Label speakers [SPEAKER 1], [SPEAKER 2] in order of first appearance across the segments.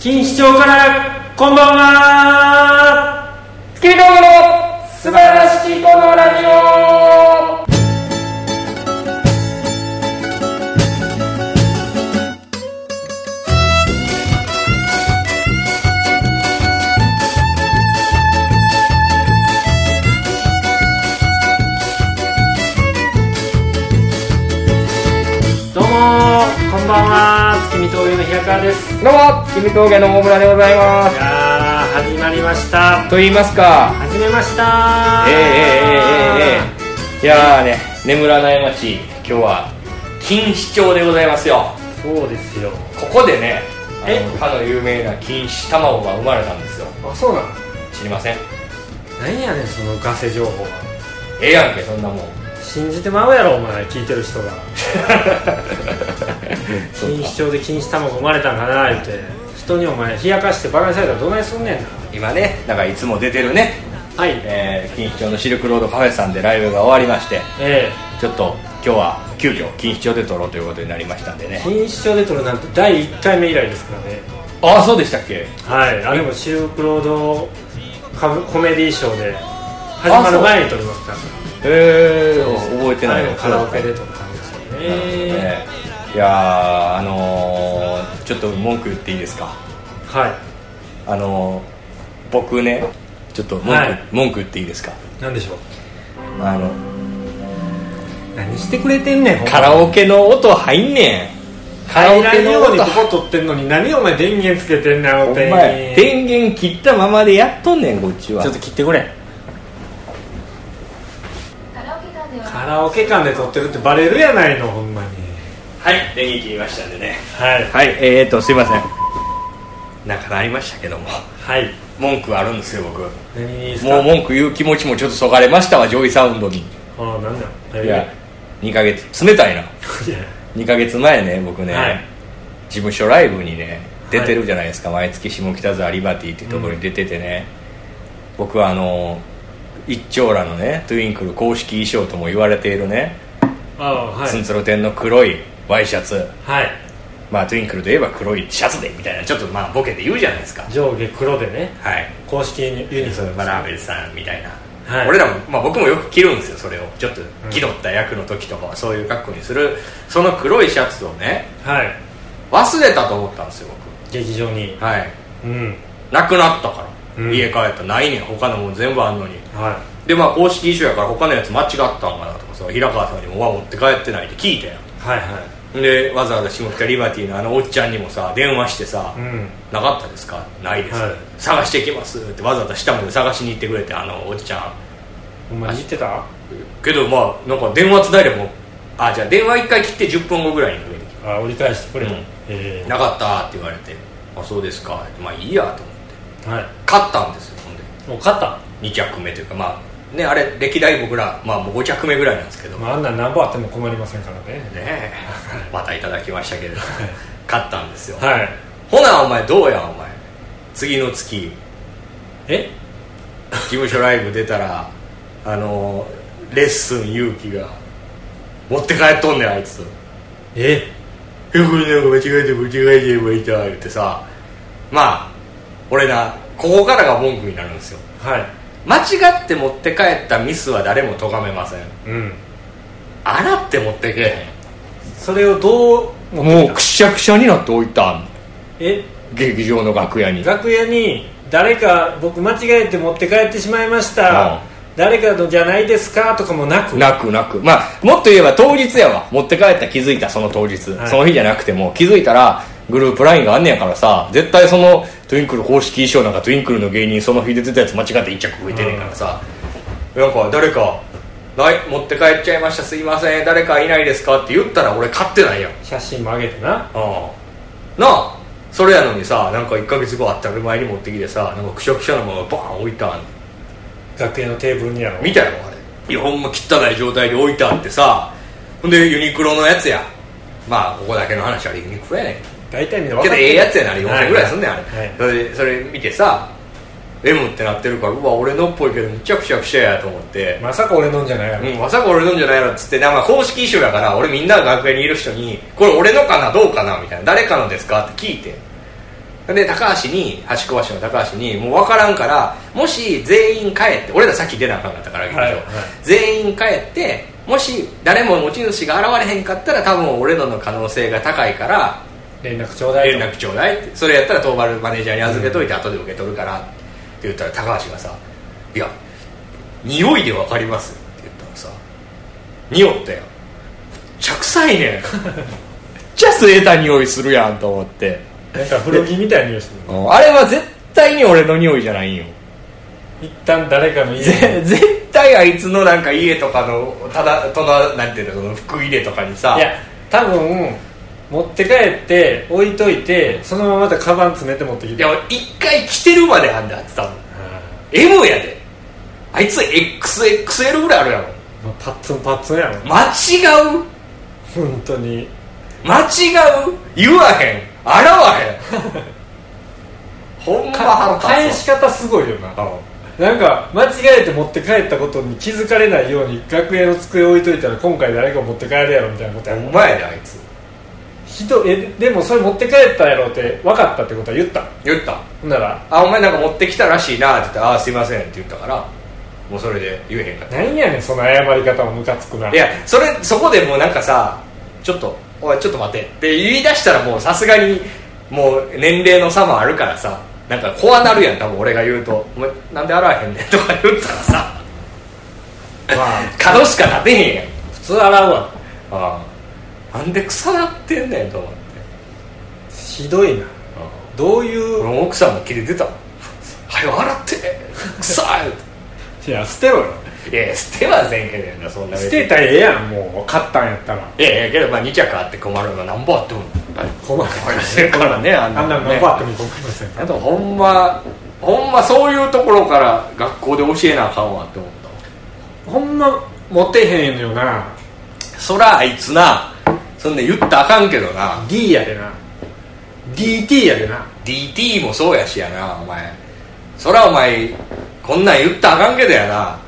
[SPEAKER 1] 錦糸町からこんばんは
[SPEAKER 2] 月見峠の素晴らしきこのラジオ
[SPEAKER 1] どうもこんばんは月見峠の平川ですい
[SPEAKER 2] どうも月見峠の大村でございます
[SPEAKER 1] やー始まりました
[SPEAKER 2] と言いますか
[SPEAKER 1] 始めました
[SPEAKER 2] ええええええええいやーね眠らない街今日は錦糸町でございますよ
[SPEAKER 1] そうですよ
[SPEAKER 2] ここでねあの
[SPEAKER 1] え
[SPEAKER 2] かの有名な錦糸卵が生まれたんですよ
[SPEAKER 1] あそうなの
[SPEAKER 2] 知りませんえ
[SPEAKER 1] 何やねんそのガセ情報は
[SPEAKER 2] えやんけそんな もん
[SPEAKER 1] 信じてまうやろお前聞いてる人が
[SPEAKER 2] そう
[SPEAKER 1] 錦
[SPEAKER 2] か
[SPEAKER 1] 糸町で錦糸卵生まれたんかな言って人にお前冷やかしてバカにされたらどないすんねんな
[SPEAKER 2] 今ねなんかいつも出てるね
[SPEAKER 1] はい
[SPEAKER 2] えー錦糸町のシルクロードカフェさんでライブが終わりまして
[SPEAKER 1] え
[SPEAKER 2] ちょっと今日は急遽錦糸町で撮ろうということになりましたんで
[SPEAKER 1] え
[SPEAKER 2] ね
[SPEAKER 1] 錦糸町で撮るなんて第1回目以来ですからね
[SPEAKER 2] ああそうでしたっけ
[SPEAKER 1] はいあれもシルクロードカブコメディーショーで始まる前に撮りますから
[SPEAKER 2] ええ覚えてない
[SPEAKER 1] あれ
[SPEAKER 2] よ
[SPEAKER 1] もカラオケで撮ったんですよね
[SPEAKER 2] えーいやーあのーちょっと文句言っていいですか
[SPEAKER 1] はい
[SPEAKER 2] あのー僕ねちょっと文句,、
[SPEAKER 1] はい
[SPEAKER 2] 文句言っていいですか
[SPEAKER 1] 何でしょう
[SPEAKER 2] あの
[SPEAKER 1] 何してくれてんねん
[SPEAKER 2] カラオケの音入んねんカ
[SPEAKER 1] カ
[SPEAKER 2] ラ
[SPEAKER 1] ラ
[SPEAKER 2] オ
[SPEAKER 1] オケ
[SPEAKER 2] ケ
[SPEAKER 1] の
[SPEAKER 2] の
[SPEAKER 1] ように
[SPEAKER 2] 音
[SPEAKER 1] ここ撮ってんのに何お前電源つけてんねん
[SPEAKER 2] お
[SPEAKER 1] お店
[SPEAKER 2] 前
[SPEAKER 1] に
[SPEAKER 2] 電源切ったままでやっとんねんこっちは
[SPEAKER 1] ちょっと切ってくれ
[SPEAKER 3] カラオケ館では
[SPEAKER 1] カラオケ館で撮ってるってバレるやないのほんまに
[SPEAKER 2] はい電源切りましたんでね
[SPEAKER 1] はい
[SPEAKER 2] はいえー、っとすいませんなんかなりましたけども
[SPEAKER 1] はい
[SPEAKER 2] 文句あるんですよ僕
[SPEAKER 1] 何にいいです
[SPEAKER 2] も
[SPEAKER 1] か
[SPEAKER 2] う文句言う気持ちもちょっとそがれましたわジョイサウンドにい
[SPEAKER 1] ああなんだ い
[SPEAKER 2] や2ヶ月冷たいない
[SPEAKER 1] や
[SPEAKER 2] 2ヶ月前ね僕ね、
[SPEAKER 1] はい
[SPEAKER 2] 事務所ライブにね出てるじゃないですか、毎月下北沢リバティっていうところに出ててね、僕はあの一丁羅のねトゥインクル公式衣装とも言われているね、
[SPEAKER 1] ああは
[SPEAKER 2] ツン
[SPEAKER 1] い
[SPEAKER 2] ツロ天の黒いワイシャツ
[SPEAKER 1] はい
[SPEAKER 2] まあトゥインクルといえば黒いシャツでみたいなちょっとまあボケで言うじゃないですか
[SPEAKER 1] 上下黒でね
[SPEAKER 2] はい
[SPEAKER 1] 公式ユニフォーム
[SPEAKER 2] まあ、ラーメンさんみたいな、
[SPEAKER 1] はい
[SPEAKER 2] 俺らも、まあ、僕もよく着るんですよそれをちょっと気取った役の時とかはそういう格好にするその黒いシャツをね
[SPEAKER 1] はい
[SPEAKER 2] 忘れたと思ったんですよ
[SPEAKER 1] 劇場に
[SPEAKER 2] 僕はい
[SPEAKER 1] うん
[SPEAKER 2] なくなったから、
[SPEAKER 1] うん
[SPEAKER 2] 家帰ったらないねん他のもん全部あんのに
[SPEAKER 1] は
[SPEAKER 2] でまあ公式衣装やから他のやつ間違ったんかなとかさ平川さんにも「わ持って帰ってない」って聞いたや
[SPEAKER 1] いはいは
[SPEAKER 2] んでわざわざ下北リバティのあのおっちゃんにもさ電話してさ、
[SPEAKER 1] いうん
[SPEAKER 2] なかったですかないです、
[SPEAKER 1] はい
[SPEAKER 2] 探してきますってわざわざ下まで探しに行ってくれてあのおっちゃん
[SPEAKER 1] お前言ってた
[SPEAKER 2] けどまあなんか電話つないでもあじゃあ電話一回切って10分後ぐらいにかけてき
[SPEAKER 1] ああ折り返してくれた
[SPEAKER 2] うん
[SPEAKER 1] え
[SPEAKER 2] てなかったって言われてあそうですかまあいいやと思って
[SPEAKER 1] えはい
[SPEAKER 2] 買ったんですよほんで
[SPEAKER 1] もう勝った
[SPEAKER 2] 2着目というかまあねあれ歴代僕らまあもう5着目ぐらいなんですけどね
[SPEAKER 1] まああんなん何本あっても困りませんからね
[SPEAKER 2] え またいただきましたけれど買ったんですよ
[SPEAKER 1] はい
[SPEAKER 2] ほなお前どうやお前次の月
[SPEAKER 1] え
[SPEAKER 2] 事務所ライブ出たらあのレッスン勇気が持って帰っとんねんあいつ
[SPEAKER 1] え
[SPEAKER 2] よくなんか間違えて間違えて間違えて言ってさまあ俺なここからが文句になるんですよ
[SPEAKER 1] は
[SPEAKER 2] 間違って持って帰ったミスは誰も咎めません
[SPEAKER 1] いうん
[SPEAKER 2] 洗って持ってけ
[SPEAKER 1] それをどう
[SPEAKER 2] へんもうくしゃくしゃになっておいた
[SPEAKER 1] え
[SPEAKER 2] 劇場の楽屋に
[SPEAKER 1] 楽屋に誰か僕間違えて持って帰ってしまいました、
[SPEAKER 2] うん
[SPEAKER 1] 誰かのじゃないですかとかもなく
[SPEAKER 2] なくなくまあもっと言えば当日やわ持って帰った気づいたその当日、
[SPEAKER 1] はい
[SPEAKER 2] その日じゃなくても気づいたらグループラインがあんねやからさ絶対そのトゥインクル公式衣装なんかトゥインクルの芸人その日出てたやつ間違って1着増えてんねんからさ、なんか誰か「ない持って帰っちゃいましたすいません誰かいないですか?」って言ったら俺買ってないやん
[SPEAKER 1] 写真も上げてな
[SPEAKER 2] うんなあそれやのにさなんか1ヶ月後当たり前に持ってきてさなんかくしゃくしゃのままバーン置いたん
[SPEAKER 1] 楽屋のテーブルにやろ
[SPEAKER 2] 見たやろあれいやほんま汚い状態で置いてあってさほんでユニクロのやつやまあここだけの話あれユニクロやねん
[SPEAKER 1] 大体みんな分
[SPEAKER 2] けど
[SPEAKER 1] かっ
[SPEAKER 2] え
[SPEAKER 1] て
[SPEAKER 2] え
[SPEAKER 1] る
[SPEAKER 2] やつやなあれ4000円ぐらいすんねんあれ、
[SPEAKER 1] はい
[SPEAKER 2] それでそれ見てさ M ってなってるからうわ俺のっぽいけどむちゃくちゃくちゃやと思って、
[SPEAKER 1] まさか俺のんじゃないやろ、
[SPEAKER 2] うん、まさか俺のんじゃないやろっつってな、まあ、公式衣装だから俺みんなの楽屋にいる人にこれ俺のかなどうかなみたいな誰かのですかって聞いてで高橋に端詳しの高橋にもう分からんからもし全員帰って俺らさっき出なあかんかったから、
[SPEAKER 1] はいはい
[SPEAKER 2] 全員帰ってもし誰も持ち主が現れへんかったら多分俺のの可能性が高いから
[SPEAKER 1] 連絡ちょうだい
[SPEAKER 2] 連絡ちょうだいってそれやったら当番マネージャーに預けといて後で受け取るからって言ったら高橋がさ「いや匂いで分かります」って言ったらさ匂ったよめっちゃ臭いねんめっちゃ吸えた匂いするやんと思って
[SPEAKER 1] なんか古着みたいな匂いして る
[SPEAKER 2] うんあれは絶対に俺の匂いじゃないんよ
[SPEAKER 1] 一旦誰かの家に
[SPEAKER 2] ぜ絶対あいつのなんか家とかのただとななんていうのその服入れとかにさ
[SPEAKER 1] いや多分持って帰って置いといてそのまままたカバン詰めて持ってき
[SPEAKER 2] い
[SPEAKER 1] て
[SPEAKER 2] や俺一回着てるまであんだって多分
[SPEAKER 1] あ
[SPEAKER 2] M やであいつ XXL ぐらいあるやろ
[SPEAKER 1] ーもうパッツンパッツンやろ
[SPEAKER 2] 間違う
[SPEAKER 1] 本当に
[SPEAKER 2] 間違う言わへん洗わ へんほんま腹立つわ
[SPEAKER 1] 返し方すごいよななんか間違えて持って帰ったことに気づかれないように楽屋の机置いといたら今回誰か持って帰るやろみたいなことや
[SPEAKER 2] う
[SPEAKER 1] も
[SPEAKER 2] ん
[SPEAKER 1] ん
[SPEAKER 2] お前やであいつ
[SPEAKER 1] ひどいえでもそれ持って帰ったやろって分かったってことは言った
[SPEAKER 2] 言った
[SPEAKER 1] ほんなら
[SPEAKER 2] あお前なんか持ってきたらしいなって言ってああーすいませんって言ったからもうそれで言えへんかった
[SPEAKER 1] なんやねんその謝り方もムカつくない
[SPEAKER 2] やそれそこでもうなんかさちょっとおいちょっと待ってって言い出したらもうさすがにもう年齢の差もあるからさなんか怖なるやん多分俺が言うと「お前なんで洗わへんねん」とか言ったらさ
[SPEAKER 1] まあ
[SPEAKER 2] 角しか立てへんやん
[SPEAKER 1] 普通洗うわ
[SPEAKER 2] ああなんで腐なってんねんと思って
[SPEAKER 1] ひどいなどういう
[SPEAKER 2] 俺も奥さんも切れてたもん「はよ洗って臭い!」
[SPEAKER 1] いや捨てろよ
[SPEAKER 2] いやいや捨てはせんけどやなそんな
[SPEAKER 1] 捨てたらええやんもう買ったんやったら
[SPEAKER 2] いやいやけどまあ2着あって困るのは何ぼあっても
[SPEAKER 1] 困る
[SPEAKER 2] 困りませんからねあん
[SPEAKER 1] あんな
[SPEAKER 2] なの
[SPEAKER 1] の
[SPEAKER 2] ね
[SPEAKER 1] バッグに困りませんか
[SPEAKER 2] あとほんまほんまそういうところから学校で教えなあかんわって思っ
[SPEAKER 1] ほんま持ってへんのよな
[SPEAKER 2] たそらあいつなそんで言ったらあかんけどな
[SPEAKER 1] D やでな DT やでな
[SPEAKER 2] DT もそうやしやなお前そらお前こんなん言ったらあかんけどやな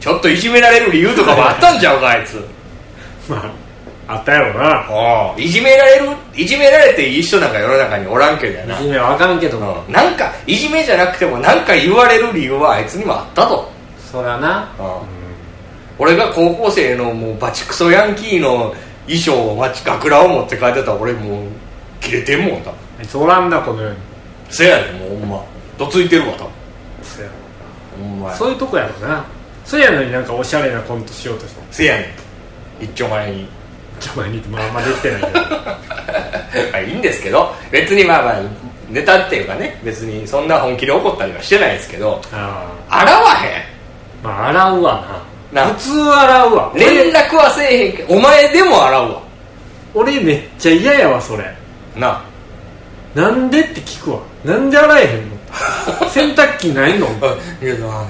[SPEAKER 2] ちょっといじめられる理由とかもあったんちゃうかあいつ
[SPEAKER 1] まああったやろな
[SPEAKER 2] おういじめられるいじめられていい人なんか世の中におらんけどやない
[SPEAKER 1] じめはあかんけどな
[SPEAKER 2] うんなんかいじめじゃなくてもなんか言われる理由はあいつにもあったと
[SPEAKER 1] そらな
[SPEAKER 2] 俺が高校生のもうバチクソヤンキーの衣装をまち学ランを持って帰ってたら俺もうキレてんもん多分
[SPEAKER 1] あいつおらんなこの世に
[SPEAKER 2] せやでもうほんまどついてるわ多分
[SPEAKER 1] そやろ
[SPEAKER 2] ほんまや
[SPEAKER 1] そういうとこやろなそやのになんかおしゃれなコントしようとして
[SPEAKER 2] せやねん一丁前に
[SPEAKER 1] ちょ前にまああんまできてない けど
[SPEAKER 2] まあいいんですけど別にまあまあネタっていうかね別にそんな本気で怒ったりはしてないですけど
[SPEAKER 1] あ
[SPEAKER 2] 洗
[SPEAKER 1] あ
[SPEAKER 2] わへん
[SPEAKER 1] まあ洗うわな
[SPEAKER 2] な
[SPEAKER 1] 普通洗うわ
[SPEAKER 2] 連絡はせえへんけどお前でも洗うわ
[SPEAKER 1] 俺俺めっちゃ嫌やわそれ
[SPEAKER 2] な
[SPEAKER 1] なんでって聞くわなんで洗えへんの 洗濯機ない の
[SPEAKER 2] あいやあ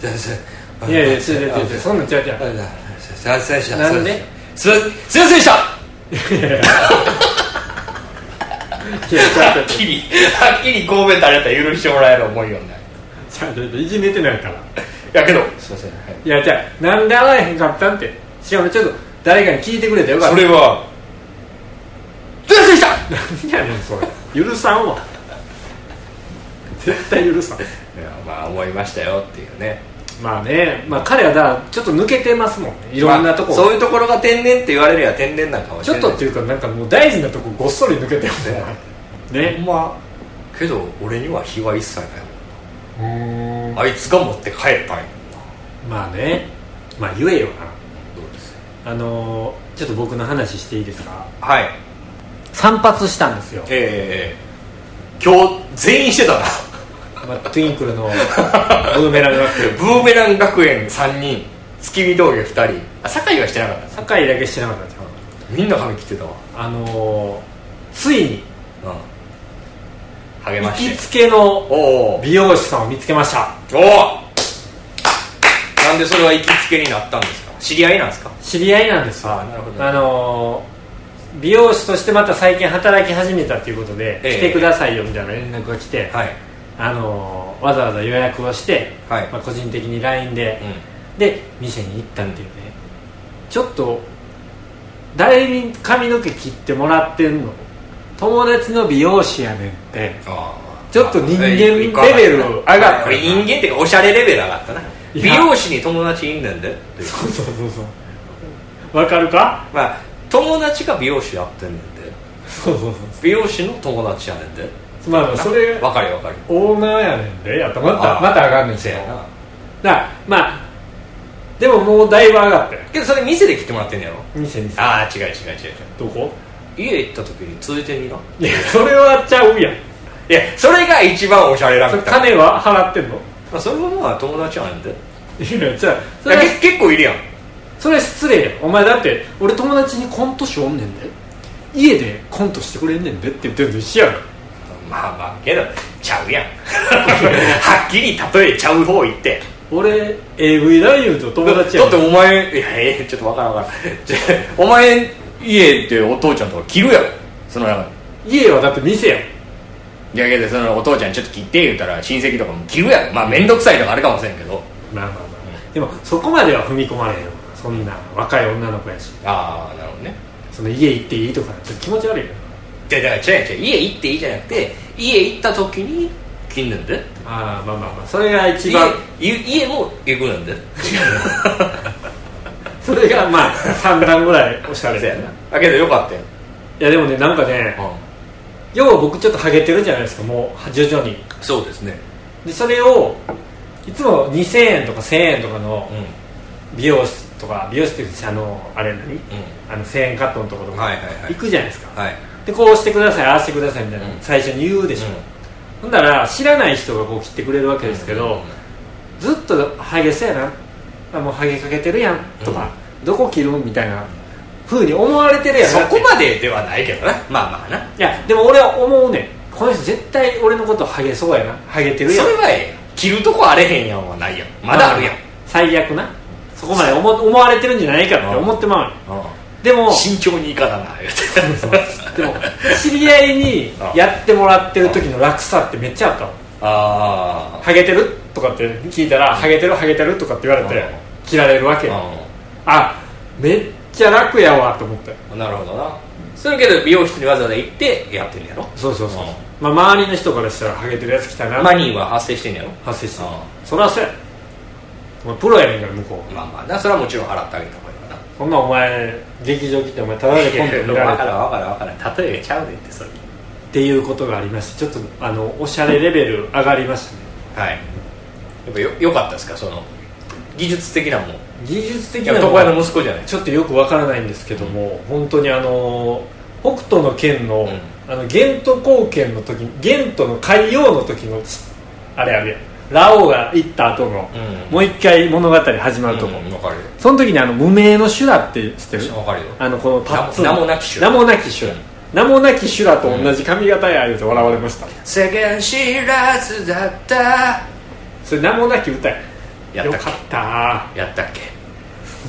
[SPEAKER 2] 先生
[SPEAKER 1] いやいや違う違う違うそんなん違う違う
[SPEAKER 2] 先生した
[SPEAKER 1] なんです
[SPEAKER 2] いませんでした
[SPEAKER 1] いや
[SPEAKER 2] は
[SPEAKER 1] 違う違う
[SPEAKER 2] っきりはっきり神戸垂れたら許してもらえる思いよね
[SPEAKER 1] ちゃんといじめてないから
[SPEAKER 2] やけどすいません、はい
[SPEAKER 1] いやじゃあなんで洗えへんかったんってしかもちょっと誰かに聞いてくれてよかった
[SPEAKER 2] それはすいませんでした
[SPEAKER 1] 何やねんそれ許さんわ絶対許さん
[SPEAKER 2] いやまあ思いましたよっていうね
[SPEAKER 1] まあねまあ彼はだからちょっと抜けてますもんねいろんなとこ、
[SPEAKER 2] まあそういうところが天然って言われりゃ天然なんかもし
[SPEAKER 1] ちょ
[SPEAKER 2] れ
[SPEAKER 1] っ
[SPEAKER 2] ない
[SPEAKER 1] とっていうかなんかもう大事なとこごっそり抜けてるもん
[SPEAKER 2] ほ
[SPEAKER 1] ね
[SPEAKER 2] んまけど俺には非は一切ない
[SPEAKER 1] うん
[SPEAKER 2] もんあいつが持って帰ったんや
[SPEAKER 1] まあねまあ言えよ
[SPEAKER 2] どうです
[SPEAKER 1] なあのーちょっと僕の話していいですか
[SPEAKER 2] はい
[SPEAKER 1] 散髪したんですよ、
[SPEAKER 2] ええ今日全員してたな
[SPEAKER 1] まあ、トゥインクルの ブーメラン学園
[SPEAKER 2] ブーメラン学園3人月見峠2人あ酒井はしてなかった
[SPEAKER 1] 酒井だけしてなかったじ
[SPEAKER 2] みんな髪切ってたわ
[SPEAKER 1] ゃんあのーついに
[SPEAKER 2] うん励
[SPEAKER 1] 行
[SPEAKER 2] ま
[SPEAKER 1] き
[SPEAKER 2] して
[SPEAKER 1] つけの
[SPEAKER 2] おお
[SPEAKER 1] 美容師さんを見つけました
[SPEAKER 2] おおなんでそれは行きつけになったんですか知り合いなんですか
[SPEAKER 1] 知り合いなんですよ
[SPEAKER 2] あなるほど
[SPEAKER 1] あのー美容師としてまた最近働き始めたということで、
[SPEAKER 2] ええ
[SPEAKER 1] 来てくださいよみたいな連絡が来て、
[SPEAKER 2] はい
[SPEAKER 1] あのーわざわざ予約をして、
[SPEAKER 2] はい
[SPEAKER 1] まあ、個人的に LINE で
[SPEAKER 2] う、ん
[SPEAKER 1] で店に行ったっていうねちょっと誰に髪の毛切ってもらってんの友達の美容師やねんって
[SPEAKER 2] あー
[SPEAKER 1] ちょっと人間
[SPEAKER 2] あ
[SPEAKER 1] レベル上がった
[SPEAKER 2] これ人間っていうかおしゃれレベル上がったない
[SPEAKER 1] や
[SPEAKER 2] 美容師に友達いんねんでっていう
[SPEAKER 1] そうそうそうそうわかるか
[SPEAKER 2] まあ友達が美容師やってんねんで
[SPEAKER 1] そうそうそう
[SPEAKER 2] 美容師の友達やねんで
[SPEAKER 1] そうまあまあそれ
[SPEAKER 2] わかるよわかる
[SPEAKER 1] オーナーやねんでやったま
[SPEAKER 2] あ
[SPEAKER 1] た
[SPEAKER 2] ー
[SPEAKER 1] また上がんねん
[SPEAKER 2] せ
[SPEAKER 1] けど
[SPEAKER 2] やな
[SPEAKER 1] なまあでももうだいぶ上がったよ
[SPEAKER 2] けどそれ店で来てもらってんねやろ
[SPEAKER 1] 2020
[SPEAKER 2] ああ違う違う違う違う
[SPEAKER 1] どこ
[SPEAKER 2] 家行った時に続いてみない
[SPEAKER 1] やそれはちゃうやん
[SPEAKER 2] いやそれが一番おしゃれラン
[SPEAKER 1] それ
[SPEAKER 2] クだ
[SPEAKER 1] 金は払ってんの
[SPEAKER 2] まあそれはまあ友達やねんで
[SPEAKER 1] いやじゃあそ
[SPEAKER 2] い
[SPEAKER 1] れ
[SPEAKER 2] や
[SPEAKER 1] は
[SPEAKER 2] け結構いるやん
[SPEAKER 1] それは失礼やんお前だって俺友達にコント師おんねんで家でコントしてくれんねんでって言ってるのと一緒やろ
[SPEAKER 2] まあまあけどちゃ うやんはっきり例えちゃう方行って
[SPEAKER 1] 俺 AV 男優と友達や
[SPEAKER 2] だ
[SPEAKER 1] ね
[SPEAKER 2] っ
[SPEAKER 1] ん
[SPEAKER 2] てお前いやえちょっとわからんわからんちょお前家ってお父ちゃんとか切るやろその中に
[SPEAKER 1] 家はだって店やん
[SPEAKER 2] いやけどそのお父ちゃんちょっと切って言うたら親戚とかも切るやろまあ面倒くさいとかあるかもしれんけど
[SPEAKER 1] まあまあまあでもそこまでは踏み込まれへんわそんな若い女の子やし
[SPEAKER 2] ああなるほどね
[SPEAKER 1] その家行っていいとかちょっと気持ち悪いよ
[SPEAKER 2] でだから違う違う家行っていいじゃなくて家行った時に切んねんで
[SPEAKER 1] ああまあまあまあそれが一
[SPEAKER 2] 家
[SPEAKER 1] 番
[SPEAKER 2] 家家も行くねんで
[SPEAKER 1] それがまあ3段ぐらいおしゃれ
[SPEAKER 2] そ
[SPEAKER 1] だ
[SPEAKER 2] や
[SPEAKER 1] よな
[SPEAKER 2] なあけどよかったよ、
[SPEAKER 1] いやでもねなんかね要は僕ちょっとハゲてるじゃないですかもう徐々に
[SPEAKER 2] そうですね
[SPEAKER 1] でそれをいつも2000円とか1000円とかの
[SPEAKER 2] うん
[SPEAKER 1] 美容室とか美容室っていうかあのあれ何、あの1000円カットのところとか
[SPEAKER 2] はいはいはい
[SPEAKER 1] 行くじゃないですか、
[SPEAKER 2] はい
[SPEAKER 1] でこうしてくださいああしてくださいみたいな、
[SPEAKER 2] うん
[SPEAKER 1] 最初に言うでしょ、ほんなら知らない人がこう切ってくれるわけですけど、ずっとハゲそうやなあもうハゲかけてるやんとか、どこ切るみたいなふうに思われてるやん
[SPEAKER 2] そこまでではないけどなまあまあない
[SPEAKER 1] やでも俺は思うねんこの人絶対俺のことハゲそうやなハゲてるや
[SPEAKER 2] そ
[SPEAKER 1] ん
[SPEAKER 2] れはええやん着るとこあれへんやんはないやんまだあるやん、
[SPEAKER 1] 最悪なそこまで思思われてるんじゃないかって思ってまうねんでも
[SPEAKER 2] 慎重にいかだな言うて
[SPEAKER 1] でも知り合いにやってもらってる時の楽さってめっちゃあったの
[SPEAKER 2] あ
[SPEAKER 1] ハゲてるとかって聞いたらハゲてるハゲてるとかって言われて
[SPEAKER 2] う
[SPEAKER 1] 切られるわけよあめっちゃ楽やわと思って
[SPEAKER 2] あなるほどなそれけど美容室にわざわざ行ってやってるんやろ
[SPEAKER 1] そうそうそう
[SPEAKER 2] うん
[SPEAKER 1] まあ周りの人からしたらハゲてるやつ来たな
[SPEAKER 2] マニーは発生してんやろ
[SPEAKER 1] 発生して
[SPEAKER 2] うん
[SPEAKER 1] そらそうやお前プロやねんから向こう
[SPEAKER 2] まあまあなそれはもちろん払ってあげた方がいいわな
[SPEAKER 1] そんなお前劇場来てお前た だでコント 見られ
[SPEAKER 2] 分
[SPEAKER 1] た
[SPEAKER 2] か
[SPEAKER 1] っ
[SPEAKER 2] らん分からん分からん例えがちゃうねんってそれ
[SPEAKER 1] ていうことがありましてちょっとあのおしゃれレベル上がりましたね
[SPEAKER 2] はいやっぱよよかったですかその技術的なもん
[SPEAKER 1] 技術的
[SPEAKER 2] い
[SPEAKER 1] な
[SPEAKER 2] や
[SPEAKER 1] の
[SPEAKER 2] 床屋の息子じゃない
[SPEAKER 1] ちょっとよくわからないんですけども、本当にあの北斗の剣の、
[SPEAKER 2] うん
[SPEAKER 1] あの玄都貢献の時玄都の海洋の時のあれあれラオウが行った後の、
[SPEAKER 2] うん
[SPEAKER 1] もう一回物語始まるとこ、
[SPEAKER 2] うん分かるよ
[SPEAKER 1] その時にあの無名の修羅って知ってる
[SPEAKER 2] 分かるよ
[SPEAKER 1] あのこのパッツン
[SPEAKER 2] 名もなき修羅
[SPEAKER 1] 名もなき修羅名もなき修羅と同じ髪型や言うて笑われました、
[SPEAKER 2] 世間知らずだった
[SPEAKER 1] それ名もなき歌や
[SPEAKER 2] やっ
[SPEAKER 1] よ
[SPEAKER 2] たっ
[SPEAKER 1] かった
[SPEAKER 2] けやったっけ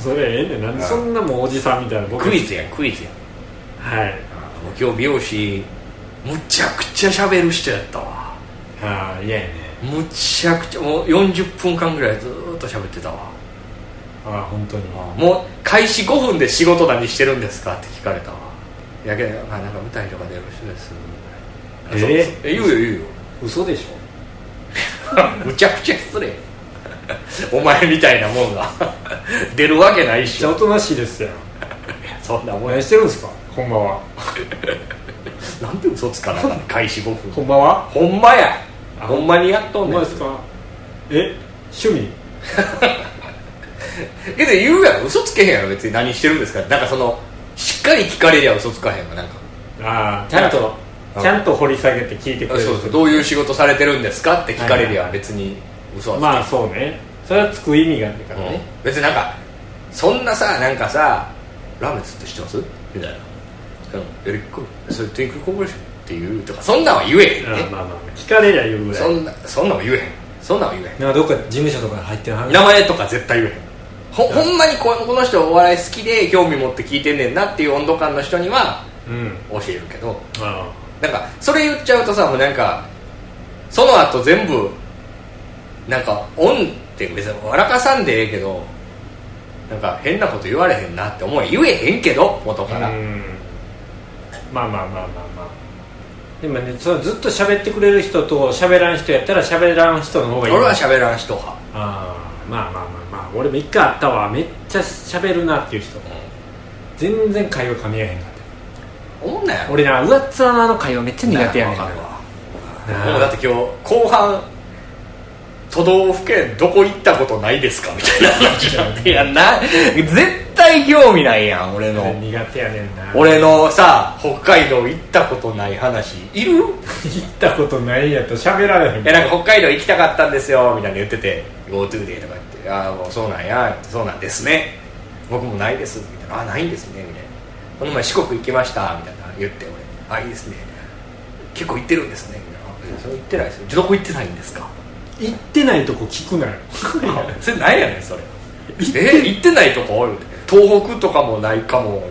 [SPEAKER 1] それええねんなんでそんなもうおじさんみたいな僕
[SPEAKER 2] クイズやんクイズやん
[SPEAKER 1] はい
[SPEAKER 2] 僕今日美容師むちゃくちゃ喋る人やったわ
[SPEAKER 1] ああ嫌やね
[SPEAKER 2] むちゃくちゃもう40分間ぐらいずーっと喋ってたわ
[SPEAKER 1] ああ本当に
[SPEAKER 2] もう開始5分で仕事何してるんですかって聞かれたわやけどまあなんか舞台とか出る人です
[SPEAKER 1] えー
[SPEAKER 2] そうそう言うよ言うよ
[SPEAKER 1] 嘘でしょ
[SPEAKER 2] むちゃくちゃ失礼 お前みたいなもんが 出るわけないっ
[SPEAKER 1] めっ
[SPEAKER 2] し
[SPEAKER 1] ちゃお
[SPEAKER 2] ょ
[SPEAKER 1] となしいですよ
[SPEAKER 2] そんなもん
[SPEAKER 1] 何してるんですかほんまは
[SPEAKER 2] なんで嘘つかなあかんねん開始5分
[SPEAKER 1] ほんまは
[SPEAKER 2] ほんまや
[SPEAKER 1] あ
[SPEAKER 2] ほんまにやっと
[SPEAKER 1] ほ
[SPEAKER 2] ん
[SPEAKER 1] ん
[SPEAKER 2] ね
[SPEAKER 1] ま
[SPEAKER 2] ん
[SPEAKER 1] ですかえ趣味
[SPEAKER 2] けど言うやろ嘘つけへんやろ別に何してるんですかなんかそのしっかり聞かれりゃ嘘つかへんわなんか
[SPEAKER 1] ああちゃんと
[SPEAKER 2] あ
[SPEAKER 1] ちゃんと掘り下げて聞いてく
[SPEAKER 2] そう
[SPEAKER 1] れる
[SPEAKER 2] そうどういう仕事されてるんですかって聞かれりゃ別に嘘はつかへん
[SPEAKER 1] まあそうねそれはつく意味があるからね、
[SPEAKER 2] 別になんかそんなさなんかさラーメンずっと知ってますみたいな「エリックそれトゥインクルコーポレーション」って言うとかそんなんは言えへん
[SPEAKER 1] ああ
[SPEAKER 2] ね
[SPEAKER 1] まあまあ聞かれりゃ言うぐら
[SPEAKER 2] そ
[SPEAKER 1] い
[SPEAKER 2] んなそんなんは言えへんそんなんは言えへん
[SPEAKER 1] なんかどっか事務所とか入ってる話
[SPEAKER 2] 名前とか絶対言えへんほほんまにここの人お笑い好きで興味持って聞いてんねんなっていう温度感の人には
[SPEAKER 1] うん
[SPEAKER 2] 教えるけど
[SPEAKER 1] あ
[SPEAKER 2] なんかそれ言っちゃうとさもうなんかその後全部なんかオンって別に笑かさんでええけどなんか変なこと言われへんなって思い言えへんけど元
[SPEAKER 1] あ
[SPEAKER 2] から、
[SPEAKER 1] うんまあまあまあまあまあでもねそのずっと喋ってくれる人と喋らん人やったら喋らん人の方がいい
[SPEAKER 2] 俺は喋らん人派
[SPEAKER 1] あーまあまあまあまあ俺も一回あったわめっちゃ喋るなっていう人全然会話噛み合えへんかっ
[SPEAKER 2] 思んなや
[SPEAKER 1] た
[SPEAKER 2] ろ
[SPEAKER 1] 俺な上っ面のあの会話めっちゃ苦手やねん
[SPEAKER 2] わかるわ
[SPEAKER 1] なあ
[SPEAKER 2] もうだって今日後半都道府県どこ行ったことないですかみたいな話になっていやな絶対興味ないやん俺の
[SPEAKER 1] 苦手やねんな
[SPEAKER 2] 俺のさ北海道行ったことない話いる
[SPEAKER 1] 行ったことないやと喋られへん
[SPEAKER 2] いやなんか北海道行きたかったんですよみたいな言ってて「GoTo で」とか言って「ああもうそうなんや」そうなんですね」「僕もないです」みたいな「ああないんですね」みたいな「この前四国行きました」みたいな言って俺「あいいですね」結構行ってるんですねみたいな「あそれ行ってないですよどこ行ってないんですか
[SPEAKER 1] 行ってないとこ聞くなよ
[SPEAKER 2] それないやねんそれえ行ってないとこ?」言うて東北とかもないかも」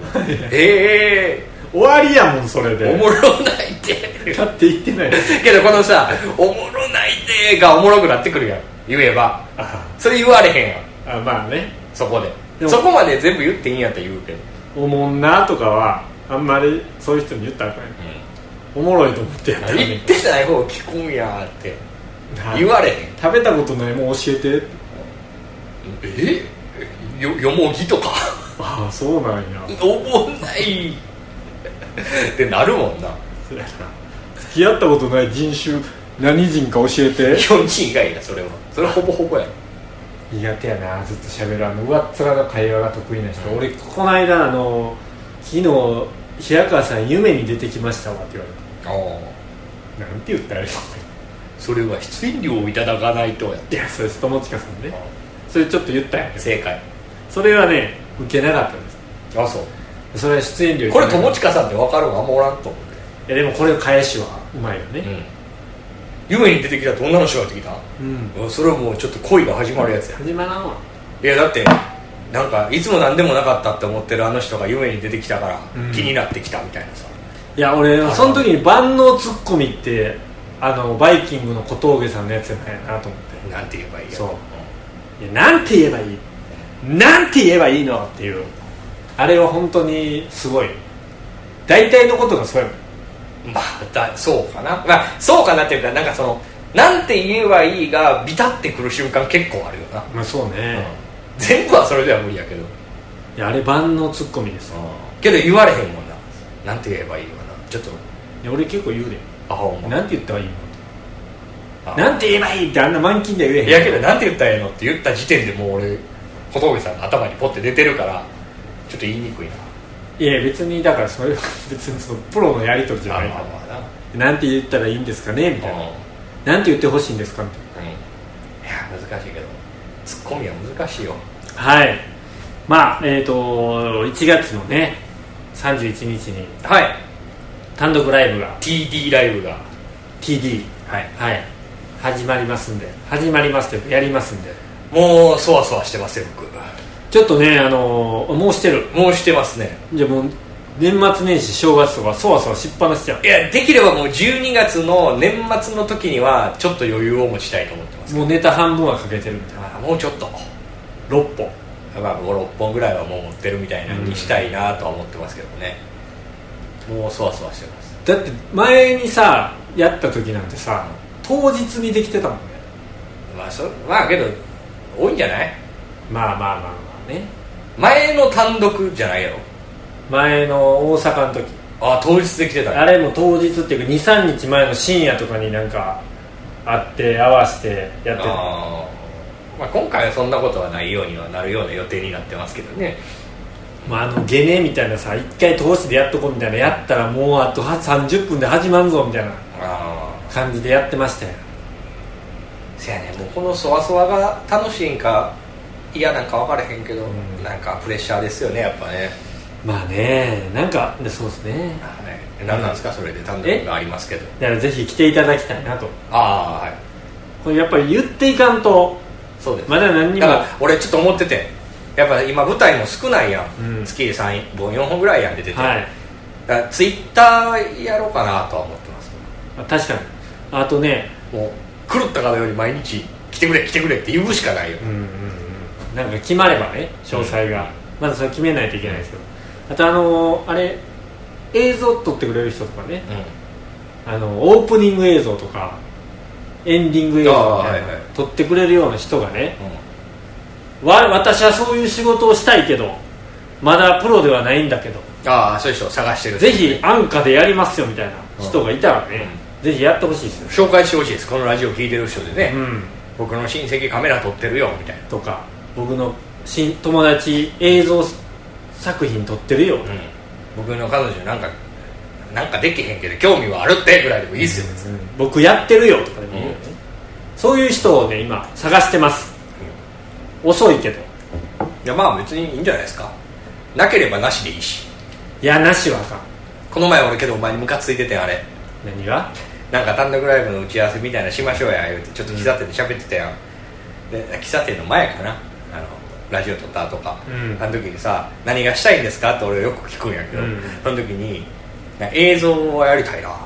[SPEAKER 2] え
[SPEAKER 1] 終わりやもんそれ
[SPEAKER 2] えお
[SPEAKER 1] で
[SPEAKER 2] もろないって
[SPEAKER 1] だって行ってない
[SPEAKER 2] けどこのさ「おもろないで」がおもろくなってくるやん言えば
[SPEAKER 1] あ
[SPEAKER 2] それ言われへんやん
[SPEAKER 1] あまあね
[SPEAKER 2] そこ
[SPEAKER 1] で
[SPEAKER 2] で
[SPEAKER 1] も
[SPEAKER 2] そこまで全部言っていいんやったら言うけど、
[SPEAKER 1] おもんなとかはあんまりそういう人に言ったらあかんよおもろいと思ってやったら
[SPEAKER 2] 言ってない方が聞くんやって
[SPEAKER 1] なあ
[SPEAKER 2] 言われへん
[SPEAKER 1] 食べたことないもん教えて
[SPEAKER 2] えよよもぎと か
[SPEAKER 1] ああそうなんや
[SPEAKER 2] おもんないってなるもんな
[SPEAKER 1] そやな付き合ったことない人種何人か教えて
[SPEAKER 2] 日本人以外やそれはそれほぼほぼやろ
[SPEAKER 1] 苦手やなずっと喋るあの上っ面の会話が得意な人、俺この間あの昨日平川さん夢に出てきましたわって言われ
[SPEAKER 2] ああ
[SPEAKER 1] たなんて言ったらいいの
[SPEAKER 2] それは出演料をいただかないとや
[SPEAKER 1] いやそれ友近さんねそれちょっと言ったんやけど
[SPEAKER 2] 正解
[SPEAKER 1] それはね受けなかったんです
[SPEAKER 2] あそう
[SPEAKER 1] それは出演料
[SPEAKER 2] これ友近さんって分かるわあんまおらんと思って
[SPEAKER 1] いやでもこれの返しはうまいよ
[SPEAKER 2] う
[SPEAKER 1] ね
[SPEAKER 2] ん夢に出てきたって女の人が出てきた
[SPEAKER 1] うん、
[SPEAKER 2] うんそれはもうちょっと恋が始まるやつや
[SPEAKER 1] 始まらんわ
[SPEAKER 2] いやだってなんかいつも何でもなかったって思ってるあの人が夢に出てきたから
[SPEAKER 1] うん
[SPEAKER 2] 気になってきたみたいなさ、
[SPEAKER 1] いや俺その時に万能ツッコミってあのバイキングの小峠さんのやつじゃないなと思って
[SPEAKER 2] なんて言えばいいや
[SPEAKER 1] そういやなんて言えばいいなんて言えばいいのっていうあれは本当にすごい大体のことがそうやもん
[SPEAKER 2] まあだそうかなまあそうかなっていうかなんかそのなんて言えばいいがビタってくる瞬間結構あるよな、
[SPEAKER 1] まあそうね、
[SPEAKER 2] 全部はそれでは無理やけど、
[SPEAKER 1] いやあれ万能ツッコミです
[SPEAKER 2] けど言われへんもんななんて言えばいいのかなちょっと
[SPEAKER 1] いや俺結構言うで
[SPEAKER 2] アホも
[SPEAKER 1] なんて言ったらいい
[SPEAKER 2] あ
[SPEAKER 1] のなんて言えばいいってあんな満金では言えへん
[SPEAKER 2] いやけどなんて言ったらええのって言った時点でもう俺小峠さんの頭にポッて出てるからちょっと言いにくいない
[SPEAKER 1] や別にだからそれは 別にそのプロのやり取りじゃ
[SPEAKER 2] あ
[SPEAKER 1] ない
[SPEAKER 2] ま
[SPEAKER 1] か
[SPEAKER 2] あまあな
[SPEAKER 1] らなんて言ったらいいんですかねみたいななんて言ってほしいんですかみたい
[SPEAKER 2] うんいや難しいけどツッコミは難しいよ
[SPEAKER 1] なはいまあえっ、と1月のね31日に
[SPEAKER 2] はい
[SPEAKER 1] 単独ライブが
[SPEAKER 2] TD ライブが
[SPEAKER 1] TD
[SPEAKER 2] はい
[SPEAKER 1] はい始まりますんで始まりますというかやりますんで
[SPEAKER 2] もうそわそわしてますよ僕
[SPEAKER 1] ちょっとねあのーもうしてる
[SPEAKER 2] もうしてますね
[SPEAKER 1] じゃあもう年末年始正月とかそわそわしっぱなしちゃ
[SPEAKER 2] いやできればもう12月の年末の時にはちょっと余裕を持ちたいと思ってます
[SPEAKER 1] うもうネタ半分はかけてるみたいな
[SPEAKER 2] あもうちょっと
[SPEAKER 1] 6本
[SPEAKER 2] まあ56本ぐらいはもう持ってるみたいなにしたいなとは思ってますけどね、もうそわそわしてます
[SPEAKER 1] だって前にさやった時なんてさ当日にできてたもんね
[SPEAKER 2] まあそまあけど多いんじゃない
[SPEAKER 1] まあまあまあまあね
[SPEAKER 2] 前の単独じゃないやろ
[SPEAKER 1] 前の大阪の時
[SPEAKER 2] あ当日できてた
[SPEAKER 1] あれも当日っていうか23日前の深夜とかになんか会って合わせてやってた
[SPEAKER 2] あーまあ、今回はそんなことはないようにはなるような予定になってますけどね
[SPEAKER 1] まあ、あのゲネみたいなさ一回通してやっとこうみたいなやったらもうあとは30分で始まんぞみたいな
[SPEAKER 2] ああ
[SPEAKER 1] 感じでやってましたよ
[SPEAKER 2] せやねもうこのそわそわが楽しいんか嫌なんか分からへんけど、
[SPEAKER 1] ん
[SPEAKER 2] なんかプレッシャーですよねやっぱね、
[SPEAKER 1] まあねなんかねそうですね
[SPEAKER 2] はい、何なんですかそれで単独がありますけど
[SPEAKER 1] だからぜひ来ていただきたいなと
[SPEAKER 2] ああはい
[SPEAKER 1] これやっぱり言っていかんと
[SPEAKER 2] そうです
[SPEAKER 1] まだ何にも
[SPEAKER 2] だから俺ちょっと思っててやっぱ今舞台も少ないやん、
[SPEAKER 1] うん
[SPEAKER 2] 月で3本4本ぐらいやん出てて、
[SPEAKER 1] はい
[SPEAKER 2] だからツイッターやろうかなとは思ってます
[SPEAKER 1] まあ確かにあとね
[SPEAKER 2] もう狂ったかのように毎日来てくれ来てくれって言うしかないよ、
[SPEAKER 1] うんうんうんなんか決まればね詳細が、まだそれ決めないといけないですけどあとあのーあれ映像撮ってくれる人とかね
[SPEAKER 2] うん
[SPEAKER 1] あのオープニング映像とかエンディング映像みたいな
[SPEAKER 2] あーはいはい
[SPEAKER 1] 撮ってくれるような人がねわ私はそういう仕事をしたいけどまだプロではないんだけど
[SPEAKER 2] ああそういう人を探してる
[SPEAKER 1] ぜひ安価でやりますよみたいな人がいたらね、ぜひやってほしいですよね、
[SPEAKER 2] 紹介してほしいですこのラジオ聞いてる人でね、
[SPEAKER 1] うん、
[SPEAKER 2] 僕の親戚カメラ撮ってるよみたいな
[SPEAKER 1] とか僕のしん友達映像作品撮ってるよ、
[SPEAKER 2] うん、僕の彼女なんかなんかできへんけど興味はあるってぐらいでもいいですよ、別に
[SPEAKER 1] 僕やってるよとかでもいいよね、
[SPEAKER 2] う
[SPEAKER 1] そういう人をね今探してます、遅いけど
[SPEAKER 2] いやまあ別にいいんじゃないですかなければなしでいいし
[SPEAKER 1] いやなしはあかん
[SPEAKER 2] この前俺けどお前にムカついててんあれ
[SPEAKER 1] 何が
[SPEAKER 2] なんか単独ライブの打ち合わせみたいなしましょうや言うてちょっと喫茶店で喋ってたやん、で喫茶店の前かなあのラジオ撮ったとか、
[SPEAKER 1] うん
[SPEAKER 2] あの時にさ「何がしたいんですか?」って俺よく聞くんやけど、
[SPEAKER 1] うん
[SPEAKER 2] その時になんか「映像をやりたいな」みたいな
[SPEAKER 1] う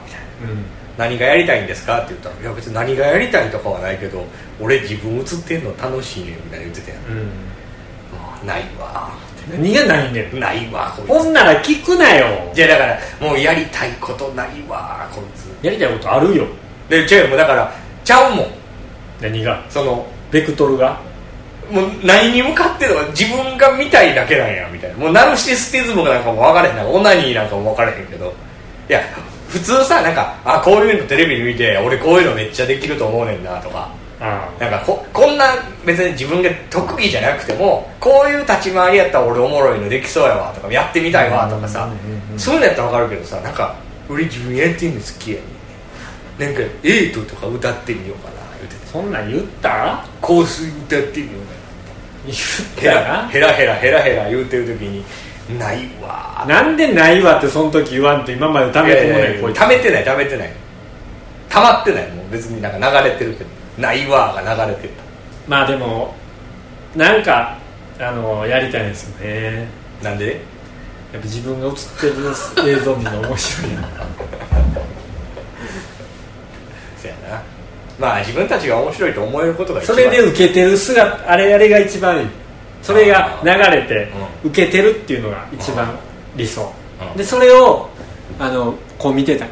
[SPEAKER 2] 「何がやりたいんですか?」って言ったら「いや別に何がやりたいとかはないけど俺自分映ってんの楽しいねん」みたいな言ってたやん
[SPEAKER 1] ん、うん、
[SPEAKER 2] あないわ
[SPEAKER 1] 何がないねん
[SPEAKER 2] ーないわーこい
[SPEAKER 1] ほんなら聞くなよ
[SPEAKER 2] つじゃあだからもうやりたいことないわーこいつ
[SPEAKER 1] やりたいことあるよ
[SPEAKER 2] で違うもうだからちゃうもん
[SPEAKER 1] 何が
[SPEAKER 2] その
[SPEAKER 1] ベクトルが
[SPEAKER 2] もう何に向かってるのか自分が見たいだけなんやみたいなもうナルシスティズムなんかも分からへんなんかオナニーなんかも分からへんけどいや普通さなんかあこういうのテレビで見て俺こういうのめっちゃできると思うねんなとか
[SPEAKER 1] あ
[SPEAKER 2] なんかここんな別に自分が特技じゃなくてもこういう立ち回りやったら俺おもろいのできそうやわとかやってみたいわとかさ
[SPEAKER 1] うんうんうんうん
[SPEAKER 2] そういうのやったら分かるけどさなんか俺自分やってんの好きやねんなんかエイトとか歌ってみようかな言うて
[SPEAKER 1] そんなん言った
[SPEAKER 2] 香水歌ってみようかな
[SPEAKER 1] 言っ
[SPEAKER 2] ヘ
[SPEAKER 1] た
[SPEAKER 2] ラ
[SPEAKER 1] な
[SPEAKER 2] ヘラヘラヘラヘラ言うてる時にないわー
[SPEAKER 1] なんでないわってその時言わんと今まで貯めてもないこいつ
[SPEAKER 2] 溜めてない溜めてない溜まってないもう別になんか流れてるけどないわーが流れてる
[SPEAKER 1] まあでもなんかあのやりたいですよね
[SPEAKER 2] なんで
[SPEAKER 1] やっぱ自分が映ってる映像見るの面白い な
[SPEAKER 2] そやなまあ自分たちが面白いと思えることが一
[SPEAKER 1] そ
[SPEAKER 2] 番
[SPEAKER 1] れで受けてる姿あれあれが一番いいそれが流れて受けてるっていうのが一番理想
[SPEAKER 2] うん
[SPEAKER 1] でそれをあのこう見てた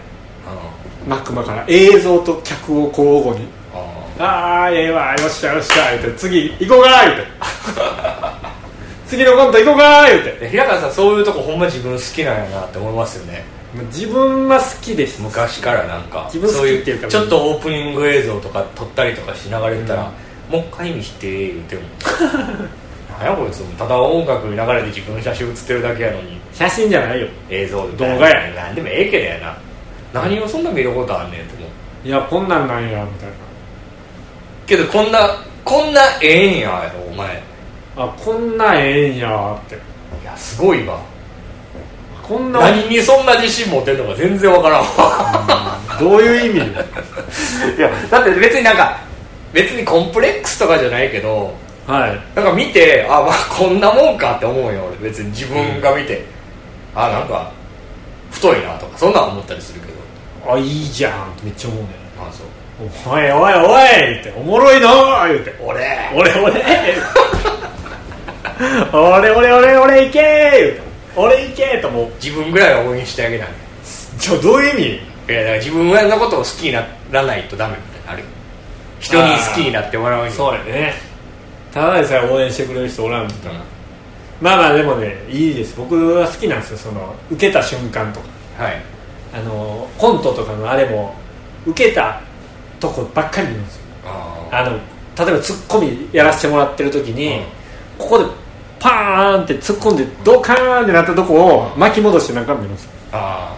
[SPEAKER 1] マックマから映像と客を交互に
[SPEAKER 2] うんうん
[SPEAKER 1] 「ああええわよっしゃよっしゃ」言うて「次行こうか」言 うて「次のコント行こうか」言うて
[SPEAKER 2] で平川さんそういうとこほんま自分好きなんやなって思いますよね
[SPEAKER 1] もう自分は好きです
[SPEAKER 2] 昔からなんか
[SPEAKER 1] 自分好き
[SPEAKER 2] そういう
[SPEAKER 1] っていうか
[SPEAKER 2] ちょっとオープニング映像とか撮ったりとかしながら言ったら、もう一回見して言うても なんやこいつただ音楽に流れて自分の写真写ってるだけやのに
[SPEAKER 1] 写真じゃないよ
[SPEAKER 2] 映像で
[SPEAKER 1] 動画や
[SPEAKER 2] なんでもええけどやな何をそんな見ることあんねんと思う
[SPEAKER 1] いやこんなんなんやみたい
[SPEAKER 2] けどこんなこんなええんややろお前
[SPEAKER 1] なあこんなんええんやーって
[SPEAKER 2] いやすごいわ
[SPEAKER 1] こんな
[SPEAKER 2] 何にそんな自信持ってんのか全然わから んわ
[SPEAKER 1] どういう意味
[SPEAKER 2] いやだって別になんか別にコンプレックスとかじゃないけど
[SPEAKER 1] はい
[SPEAKER 2] なんか見てあ、まあ、こんなもんかって思うよ俺別に自分が見て、あなんか太いなとかそんなん思ったりするけど
[SPEAKER 1] あいいじゃんってめっちゃ思うね
[SPEAKER 2] あそう
[SPEAKER 1] おいおいおいっておもろいのー言うて
[SPEAKER 2] 俺
[SPEAKER 1] 俺俺俺俺俺俺いけー言うて俺いけーともう
[SPEAKER 2] 自分ぐらいは応援してあげない
[SPEAKER 1] じゃあどういう意味
[SPEAKER 2] いやだから自分のことを好きにならないとダメみたいなのあるよ人に好きになってもらうに
[SPEAKER 1] そうやねただでさえ応援してくれる人おらんみたいなまあまあでもねいいです僕は好きなんですよその受けた瞬間とか
[SPEAKER 2] はい
[SPEAKER 1] あのコントとかのあれも受けたとこばっかり見るんですよ
[SPEAKER 2] あー
[SPEAKER 1] あの例えばツッコミやらせてもらってる時に、
[SPEAKER 2] うん
[SPEAKER 1] ここでパーンって突っ込んでドカーンってなったとこを巻き戻して何回も見るんですよ
[SPEAKER 2] あ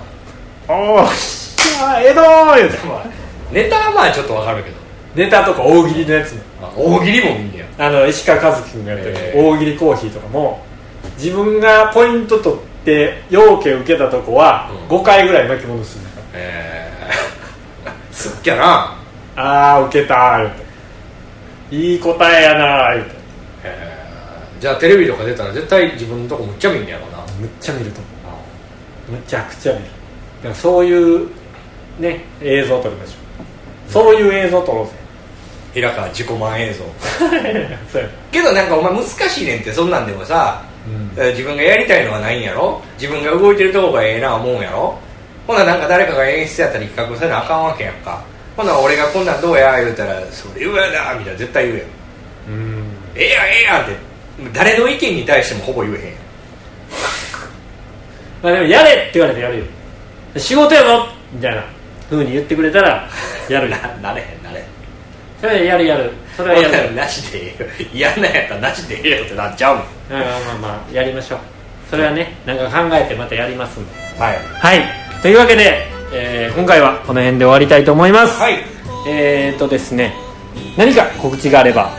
[SPEAKER 1] おーしゃーえどー言うて
[SPEAKER 2] ーまあネタはまあちょっとわかるけど
[SPEAKER 1] ネタとか大喜利のやつも
[SPEAKER 2] あ大喜利も見んねや
[SPEAKER 1] あの石川和樹君がやってる
[SPEAKER 2] ええ
[SPEAKER 1] 大喜利コーヒーとかも自分がポイント取って要件受けたとこは
[SPEAKER 2] うん
[SPEAKER 1] 5回ぐらい巻き戻すんだから
[SPEAKER 2] ええー、 すっきゃな、
[SPEAKER 1] あー受けたー言うていい答えやなー言うて
[SPEAKER 2] えー、じゃあテレビとか出たら絶対自分のとこむっちゃ見んねやろな
[SPEAKER 1] むっちゃ見ると思うむちゃくちゃ見るだからそういうね映像撮りましょうそういう映像撮ろうぜ
[SPEAKER 2] 平川自己満映像
[SPEAKER 1] そうや
[SPEAKER 2] けどなんかお前難しいねんってそんなんでもさ、
[SPEAKER 1] うん
[SPEAKER 2] えー自分がやりたいのはないんやろ自分が動いてるとこがええな思うんやろほななんか誰かが演出やったり企画せなあかんわけやんかほな俺がこんなんどうや言うたら「それはな」みたいな絶対言うやん
[SPEAKER 1] うん
[SPEAKER 2] ええやんええやんって誰の意見に対してもほぼ言えへんやん
[SPEAKER 1] まあでもやれって言われてやるよ仕事やぞみたいな風に言ってくれた らやるよ
[SPEAKER 2] ななれへんなれへん
[SPEAKER 1] それはやるやるそれは
[SPEAKER 2] ほんな
[SPEAKER 1] や
[SPEAKER 2] ら
[SPEAKER 1] る
[SPEAKER 2] なしでええよ嫌なんやったらなしでええよってなっちゃうもん
[SPEAKER 1] うんまあまあやりましょうそれはねなんか考えてまたやりますんで
[SPEAKER 2] はい
[SPEAKER 1] はいというわけで、えー今回はこの辺で終わりたいと思います、
[SPEAKER 2] はい
[SPEAKER 1] えーとですね何か告知があれば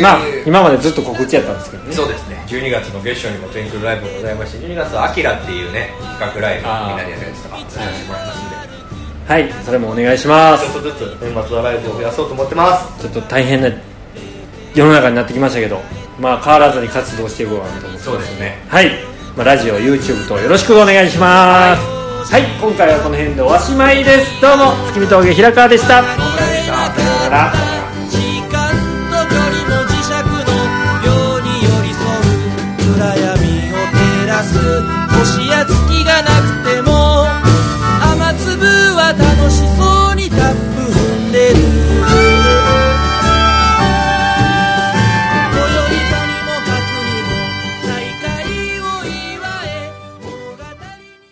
[SPEAKER 1] まあ、
[SPEAKER 2] えー
[SPEAKER 1] 今までずっと告知やったんですけどね
[SPEAKER 2] そうですね12月の月初にもトゥインクルライブがございまして12月は「アキラっていうね企画ライブ
[SPEAKER 1] あー
[SPEAKER 2] みんなでやるやつとかさせてもらいますんで
[SPEAKER 1] はいそれもお願いしま
[SPEAKER 2] ち
[SPEAKER 1] す
[SPEAKER 2] ょっとずつ年末のライブを増やそうと思ってます
[SPEAKER 1] ちょっと大変な世の中になってきましたけどまあ変わらずに活動していこうかなと思って
[SPEAKER 2] そうですね
[SPEAKER 1] はい、まあ、ラジオ YouTube とよろしくお願いしますはい、今回はこの辺でおしまいですどうも月見峠平川でしたさ
[SPEAKER 2] お疲れ様でした
[SPEAKER 1] ようなら
[SPEAKER 3] 時間と距離の磁石のように寄り添う暗闇を照らす星や月がなくても雨粒は楽しそうに立って